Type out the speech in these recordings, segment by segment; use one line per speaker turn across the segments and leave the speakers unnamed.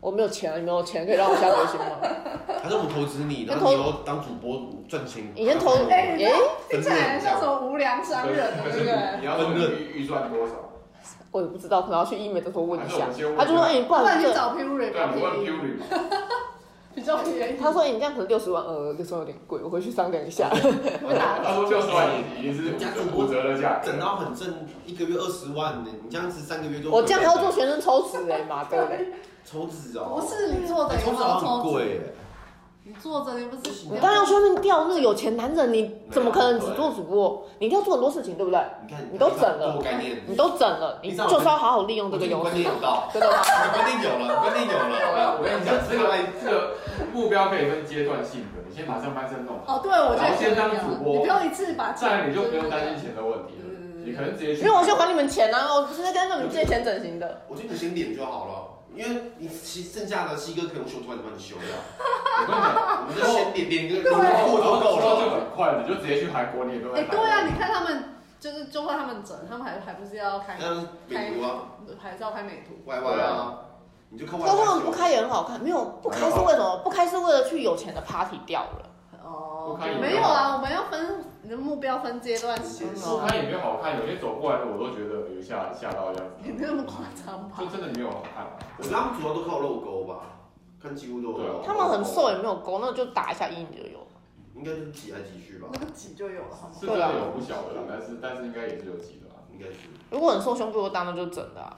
我没有钱啊，你没有钱可以让我下决心吗？
他说我投资你，然
先
后
投
你又当主播赚钱。
你先投
然后
哎
哎，你这听起来很像什么无良商人，啊对不对？
你要问预预算多少？
我也不知道，可能要去医美诊所问一下
还是我先。问
他就说：“哎、不
不
然
然
你
你
这……
找 Puri
对啊，你问
便宜，
Puri 嘛，
比较便宜。
他说：‘哎、你这样可能六十万，呃，六十万有点贵，我回去商量一下。
不打
他说六十万已经是五折的价格，
整到很正，一个月二十万呢，你这样子三个月’就
我这样还要做学生抽脂哎、妈的嘞！
抽脂哦，
不是你坐着
哎
也
抽脂
好
好像
抽
很贵耶，
你坐着你不是
你当然要去外面钓那个有钱男人，你怎么可能只做主播？你一定要做很多事情，对不对？
你看
你都整了
多概念，
你都整了，你就是要好好利用这个
我
优
观
势
念，有到，
真的 吗？
观念有了，观念有
啊
了，
我跟你讲，这个这个目标可以分阶段性的，你先把上半身弄好，
哦，对，我觉
然
得
后先当主播
你不用一次把
再来你就不用担心钱的问题了，你可能直接去。
因为我就还你们钱啊，我不是在跟你们借钱整形的。
我觉得你先脸就好了。因为你其剩下的西哥可以用修图案帮你修掉，
我跟 你讲，
我们就先脸脸跟
对
轮廓
然后
都够
之后就
了。
很快，你就直接去韩国，你也不用。
哎，对啊，你看他们就是就算他们整，他们还还不是要开，
嗯，美图啊
还是要开美图。
，Y Y 啊，你就看 Y
那
Y
他们不
嗯
开也很好看，没有不开是为什么？不开是为了去有钱的 party 掉了。
哦
我看，有
没有啊，我们要分你的目标分阶段性
不
哦，
看也没有好看，有些走过来的我都觉得有吓吓到的样
也
子，
嗯
没有那么夸张吧
就？真的没有好看啊。
我觉得他们主要都靠露沟吧，看几乎都有
对
露
啊
沟。
他们很瘦也没有勾，那就打一下阴就有了。
应该就是挤来挤去吧，
那个挤就有了，好吗？
是真的有不小的啦，但是但是应该也是有几的啊，
应该是。
如果很瘦，胸部又大，那就整的啊。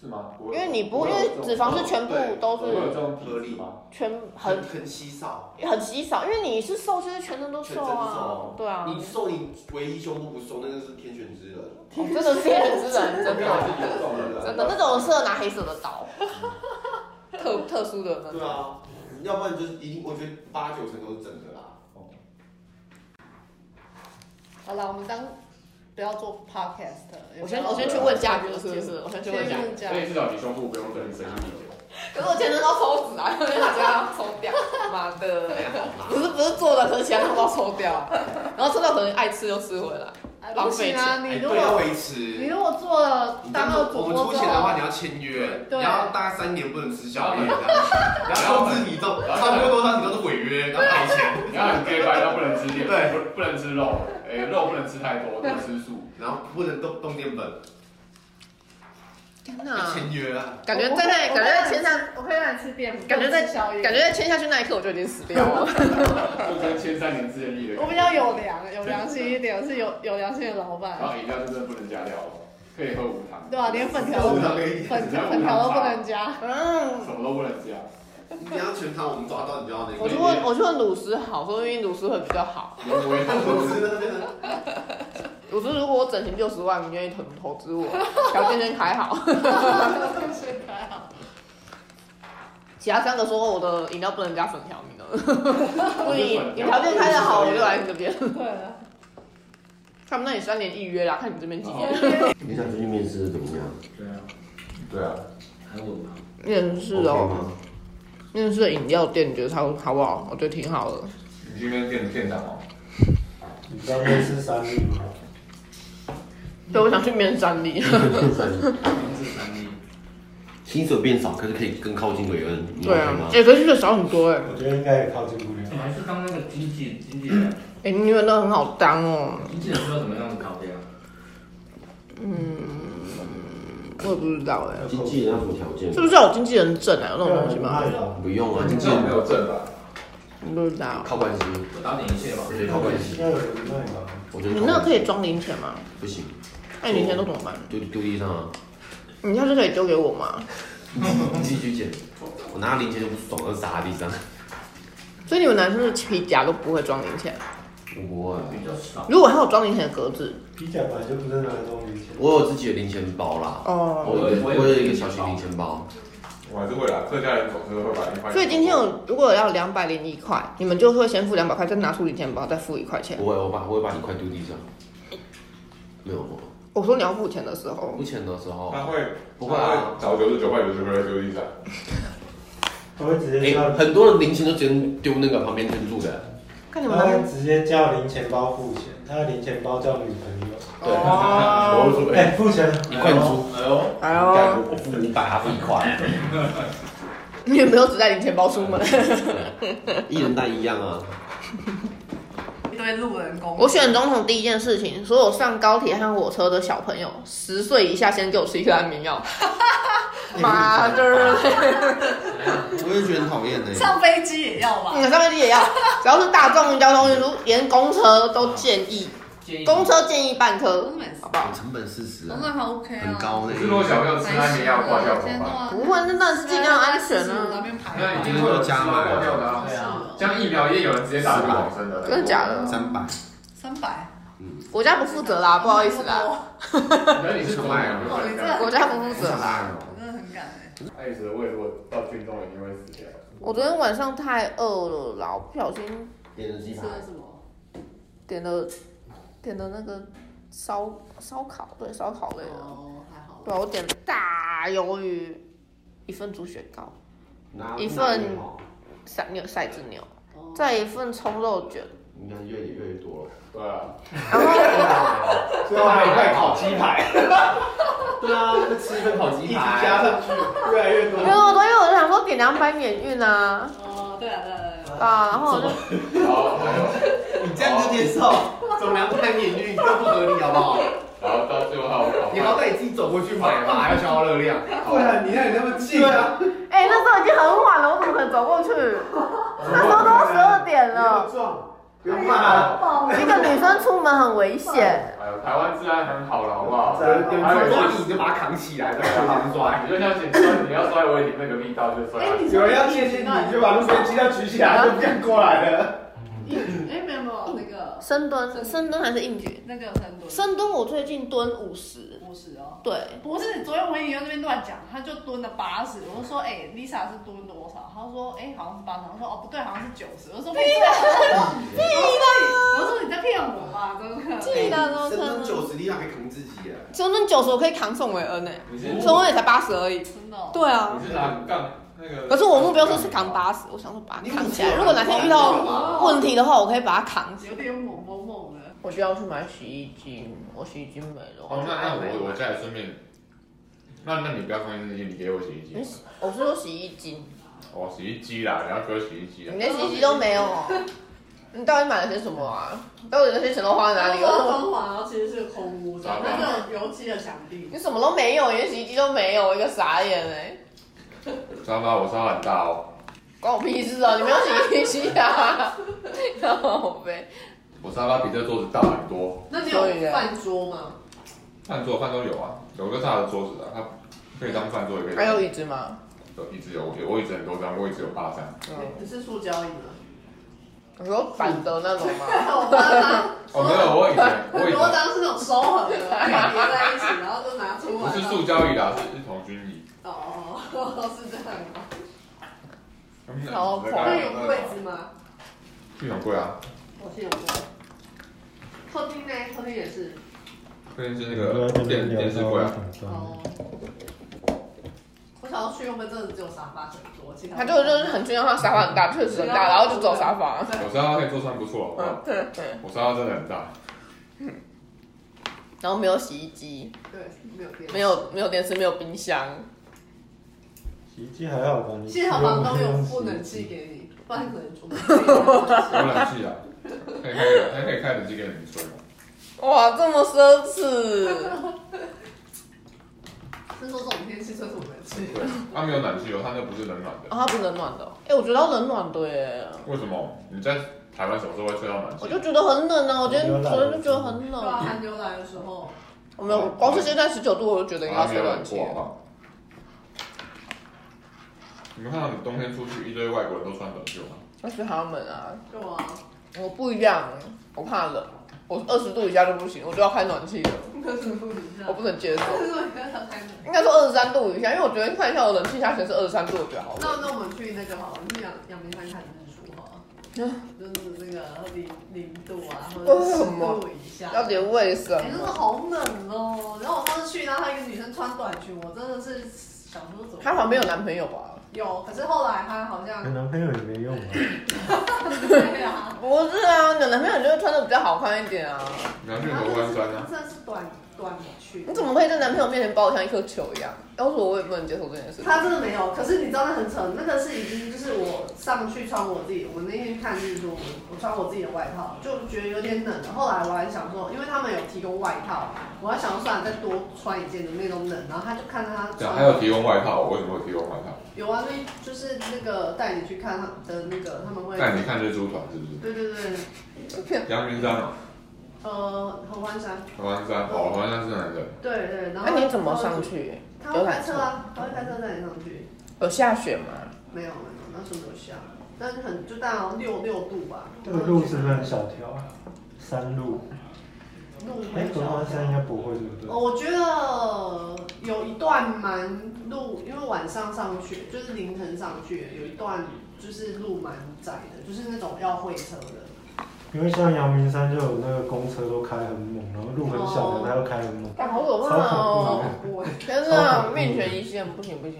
是吗？
因为你不，因为脂肪是全部都
我
是
有这种体质吗？
全
很
很
很稀少。
很稀少，因为你是瘦就是全身都瘦
全身
啊
瘦，
对啊，
你瘦，你唯一胸部不瘦，那个是天选之人。
哦真的是很之人，真
真的
的。
是有这种人，
真的那种适合拿黑色的刀， 特特殊的那
对
种。
啊，要不然就是一定，我觉得八九成都是整的啦。
好了，我们当不要做 podcast 了。
我先我先去问价
呃
格是不是？我先去问价格。
问价
所以至少你胸部不用等你生一点。
可是我钱都要抽死啊，因 为他这样抽掉，妈的！不是不是做的，可是其他都要抽掉啊，然后抽掉可能爱吃又吃回来。
哎
浪
不
费
行
钱
啊！
哎
你如
对要
果
维
你
持。
如果做了
你
当
当
了
我
主
们
播
出
之
钱的话，
后，
你要签约，
对
你要大概三年不能吃宵 夜，
对
然后控制体重，
然后
超过多少体重是毁约，然后赔钱，
你要很 gay 白，要不能吃淀粉，不不能吃肉，哎，肉不能吃太多，多吃素。
然后不能动动淀粉，
天
要
哪！
签约啊。
感觉在那，感觉在签
天
上，
上，我可以让你吃淀粉，
感觉在
不能吃宵夜，
感觉在签下去那一刻我就已经死掉了。
就跟签三年之前立的。
我比较有良有良心一点，我是有有良心的老
然
板，
后饮料就真的不能加料，可以喝无糖。
对吧？啊连粉条
我
都
们两个一
粉粉条都不能 加，
嗯，
什么都不能加。
你要全场我们抓到你就要那
我
个
去。问，我去问鲁师好，说不定鲁师会比较好。
连我也
我知道那个
鲁师，如果我整形六十万，你愿意投投资我？ 条件先开好。其他三个说我的饮料不能加粉条，你呢？不，你你条件开得好，我就来你这边。
对啊。
他们那里三年一约啦，看你这边几天。
你想出去面试怎么样？
对啊，
对啊，
还稳吧？
面试哦，
吗？
面试的饮料店，你觉得它好不好？我觉得挺好的。
你这边店店长哦，
你知道面试三例吗？
对，我想去面三 里。
面试三例，
薪水变少，可是可以更靠近韦恩，你
对
OK
啊
吗，
哎，可是这少很多哎。
我觉得应该也靠近不了。
还是当那个经纪经纪人，
哎，你觉得很好当哦？
经纪人需要怎么样的考量？
我也不知道哎，
经
纪人要什么条件
是不是要有经纪人证啊？有那种东西吗？
不用啊，
你
经纪
这
人
没有证吧？
不知道。
靠关系，
我打点一切吧
我。觉得靠关系，
要有人脉吧？
我觉得
你
靠
那
关
个
系
可以装零钱吗？
不行，
那你零钱都怎么办？
丢丢地上啊，
哦你下次可以丢给我吗？
你自己去捡。我拿零钱就不爽，要砸地上。
所以你们男生的皮夹都不会装零钱。
我啊不会，
比较少，
如果还有装零钱的格子，
皮夹本来就不是拿来装零钱，
我有自己的零钱包啦，
哦，
我有一个我有一个小型零钱包，
我还是会啦，客家人总是会把你换。
所以今天有如果要两百零一块，你们就会先付两百块，再拿出零钱包，再付一块钱。
不会，我把我会把一块丢地上。没有，我
我说你要付钱的时候，
付钱的时候，
他会
不会啊
找九十九块九十块丢地上，
他会直接
哎、
叫，
很多人零钱都直接丢那个旁边天柱的。
看你们
他
男
会直接叫零钱包付钱。他的零钱包叫女朋友，
对，
哦
我会说，哎，
哎，付钱，
一块猪，
哎呦，
哎
干
呦，
我付五百，他付一块，
你有没有只带零钱包 出门？
一人带一样啊。
一堆路人攻
我选总统第一件事情，所有上高铁和火车的小朋友，十岁以下先给我吃一颗安眠药。 妈的，
我也觉得很讨厌呢。
上飞机也要吧？
你上飞机也要，只要是大众交通运输，连公车都建议，
建议
公车建议半
我
颗，
是每次
好不好？
成本四十
我，那还 OK 啊，
很高呢
可。是如果小朋友吃安眠药挂掉怎么办？
不会，那当然是尽量安全
那
啊。
边排
那一定会有人吃到挂掉的啊。
对啊，
像疫苗也有人直接打去往生的，
真的假的？
三百，
三百，
国家不负责啦，不好意思啦，
那你是中
卖
买
啊
不会这样。
国家不负责啦。
啊
大哦
我真的很感哎。
艾哲胃如果到军中一定会死掉。
我昨天晚上太饿了啦，我不小心
点了鸡排
吃，了什么？
点了点了那个烧烧烤，对，烧烤类的。
哦，还好。
对啊，我点了大鱿鱼，一份猪血糕，
拿
一份塞牛塞子牛，
哦
再一份葱肉卷，
你看越越来越多了。
对啊，
然 后
最后还有一块烤鸡排，
对啊，就吃一份烤鸡
一直
排，啊
加上去，越来越
没有
多。
那么多，因为我就想说点两百免运啊，
哦，对啊，对啊，对啊。
啊，然后我就
好，还有，
你这样就接受，哦总量太免运，这不合理好不好？
然后到最后还有烤
你好歹你自己走过去买吧，还要消耗热量。
不然你看你那么近啊，
哎、那时候已经很晚了，我怎么可能走 过去？那时候都十二点了，
撞，不用
啊
骂，
一个女生出门很危险。
哎呦，台湾治安很好了，好不好？
在那边
还有
如果
就
你就把它扛起来，再往上摔。
你就像警车，你要摔我你那个力道就摔。
哎，你
有人要接近你，就把路边鸡蛋举起来，就这样过来了。
哎，没有没有，那个
深蹲，深蹲还是硬举？
那个很多
深蹲我最近蹲五十，
五十哦。
对，
不是，昨天我也有那边乱讲，他就蹲了八十，我就说，哎、l i s a 是蹲多少？他说，哎、好像是八十，我说，哦，不对，好像是九十，我说，屁啦，屁啦，哎我说你在骗我吧， 真的。
记得都
深蹲
深
九十力量还扛自己耶，
蹲九十我可以扛宋伟恩诶、
你是
欸，宋伟恩也才八十而已。
真的、哦，
对啊，
你是拿杠那个？
可是我目标是是扛八十，我想说把它扛起来。如果哪天遇到问题的话，我可以把它扛起来。
有点猛猛猛的。
我就要去买洗衣机，我洗衣机没了。
哦，那那我我再顺便，那那你不要放进去，你给我洗衣
你
机。
洗我是说洗衣机，
哦，洗衣机啦，你要给我洗衣机啊
你。连洗衣机都没有 哦，你到底买了些什么啊？到底那些钱都花在哪里
我说
了？
装潢，然后其实是个空屋，装那个油漆的墙壁。
你什么都没有，连洗衣机都没有，我一个傻眼哎、
沙发我沙发很大哦，
关我屁事哦！你没有洗衣机啊？ 好呗。
我沙发比这桌子大很多。
那你
所以
有
呢
饭桌吗？
饭桌饭桌有啊，有个大的桌子啊，它可以当饭桌也可以。
哎
还有椅子吗？
有椅子有有我椅子很多张，我椅子有八张。
嗯，
你是塑胶椅吗？
你说板的那种 吗？
我爸妈
哦，没有，我以前 我
很
以
多
前
张是那种收合 的，叠在一起，然后就拿出
不
来。
是塑胶椅啦，是是童军椅。
哦，是 这样吗？
好恐怖
那有哦柜子吗？
这种贵啊，
我是有过。客厅呢？客厅也是。
关键是那个电电视柜啊。
哦。我想要去，后面真的只有沙发、桌，其他
他就就是很炫耀，他沙发很大，确实很大，然后就走沙发。
我沙发可以坐上不错，好
嗯，对对。
我沙发真的很大。
然后没有洗衣机，
对，没有电视
没。有没有电视，没有冰箱。
洗衣机还好吧？
幸好房东有付冷气给你，不然可能出门自己拿
有冷气啊，可以开个，还可以开冷气给你们吹吗？
哇，这么奢侈！啊
去。是说这种天气吹什么冷气？
对，它没有暖气哦，它那不是冷暖的。
啊，它不冷暖的哦。哎、我觉得要冷暖的耶，
为什么？你在台湾什么时候会吹到暖气
我？就觉得很冷啊。我今天
有冷
昨天就觉得很
对啊，
冷。
寒流来的时候，
我没有，光是现在十九度，我就觉得应该
啊
要
没
吹
有
暖
冷
气
气
哦
好不。好？你们看到你冬天出去一堆外国人都穿短袖吗？
那是他们啊，
对啊，
我不一样，我怕冷，我二十度以下就不行，我就要开暖气了，
可是不一
我
样。
不能接受。
但是我刚才开门。
应该说二十三度以下，因为我昨天看一下我冷气下全是二十三度，我觉得好
那
冷。
那我们去那个好了，我们去阳阳明山看日出好了。就是那个零零度啊，或者是十度以下。
到底为什
哎、真的
么？
好冷哦！然后我上次去，然后她一个女生穿短裙，我真的是想说怎么？
她好像没有男朋友吧？
有，可是后来他好像
有男朋友也没用啊，
对啊，
不是啊，有男朋友你就会穿的比较好看一点啊。
男朋友很弯酸啊，
真的是短短裙
你。怎么可以在男朋友面前把我像一颗球一样？要是我，我也不能接受这件事情。
他真的没有，可是你知道那很扯，那个是已经就是我上去穿我自己，我那天看日出，我穿我自己的外套，就觉得有点冷。后来我还想说，因为他们有提供外套，我还想说算了再多穿一件，怎么那种冷。然后他就看他
对啊，
穿，
还有提供外套，我为什么会提供外套？
有啊，那就是那个带你去看他的那个，他们会，
带你看日出团是不是？
对对对，
阳明山哦，
呃，合欢山，
阳明山哦，好像是男的，
对对。然
那
后
哎你怎么上？去？
他会开车啊，他会开车带你上去。
有下雪吗？
没有没有，那时候没有下，但是很就大概好像六六度吧。
这个路是不是很小条啊？山路，
路
哎，合欢山应该不会
哦，
对不对？
我觉得有一段蛮路，因为晚上上去就是凌晨上去，有一段就是路蛮窄的，就是那种要会车的。
因为像阳明山就有那个公车都开很猛，然后路很小的它又开很猛。
啊，好可
怕哦
我
天
超
哪，
恐怖
命悬一线，不行不行。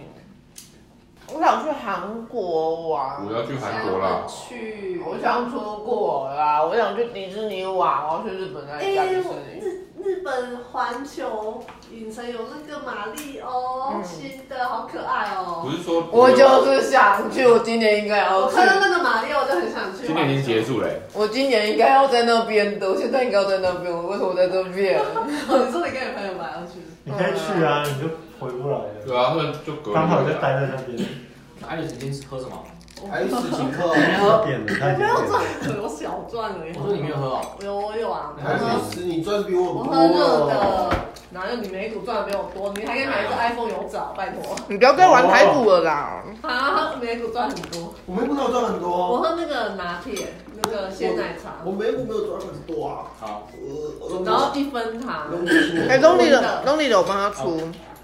我想去韩国玩，
我要去韩国啦，
去，
我
我想
想出国啦，我想去迪士尼玩，我要去日本那一家迪士尼。
哎日本环球影城有那个马里奥
嗯
新的，好可爱
不
哦！
是说
我就是想去，我今年应该要
我
去，
看到那个马里奥就很想去。
今年已经结束了欸，
我今年应该要在那边的，我现在应该要在那边，我为什么在这边？
哦，你说你跟你朋友买要去？
你可以去啊，你就回不来了。
对啊，那就隔
刚好
离
就
了。
待在那边，
还有时间喝什么？
还有事情课，
太扁了，太
哦我没
扁
有
了。
赚，我小赚而已。
我说你没有喝哦，
有我有啊，
还有美食，你赚的比我
我
很
喝
多
热
哦。
的，哪有你美股赚的比我多？你还可以买一只 iPhone 有找，拜托。
你不要再玩台股了啦！
啊，美股赚很多。
我们不能赚很
我
多，
喝那个拿铁，那个鲜奶茶
我，美股没有赚很多啊。
好，
呃，我都
然后一分糖。
哎、
我
东丽的东丽的我帮他出，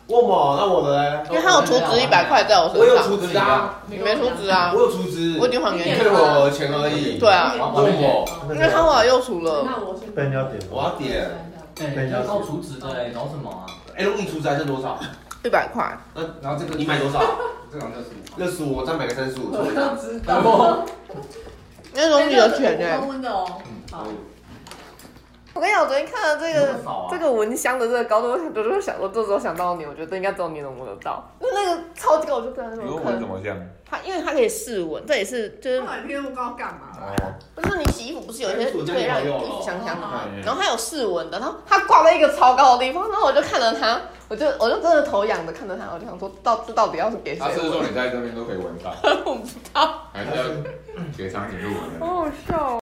哦嘛，那我的嘞？
因为他有储值一百块在我
我
身
有
上，
储值啊，
你没储值啊
我？有储值，
我已经还给
你
你
退我的钱而已。
对啊，
我
问我，
因为他后来又出了，
那我先
被人家点
我
了，
要点。
对，你要高厨子的嘞，搞什么啊？
哎，如果你储值还剩多少？
一百块。
然后这个
你买多少？
这种就是
六十五，我再买个三十 五。
我就知道。
那东西哎的钱呢、
温的哦。好，
我跟你讲，我昨天看了这个、
多少啊
这个蚊香的这个高度，我就想，我这时候想到你，我觉得应该只有你能闻得到。那那个超级高，我就不知道那
你
种
问我
坑
怎。么像？
它因为它可以试闻，这也是就是
那买天幕膏干嘛？
哦，
哦不是你洗衣服不是有些
哎我家
可以
里
让
还有
你香香的，
哦
哎
然后它有试闻的，然后它挂在一个超高的地方，然后我就看着它，我就我就真的头痒的看着它，我就想说到这到底要是给谁
他是
闻？
说你在这边都可以闻到，
我不知道，
还是要给长颈鹿闻的？
好好笑哦。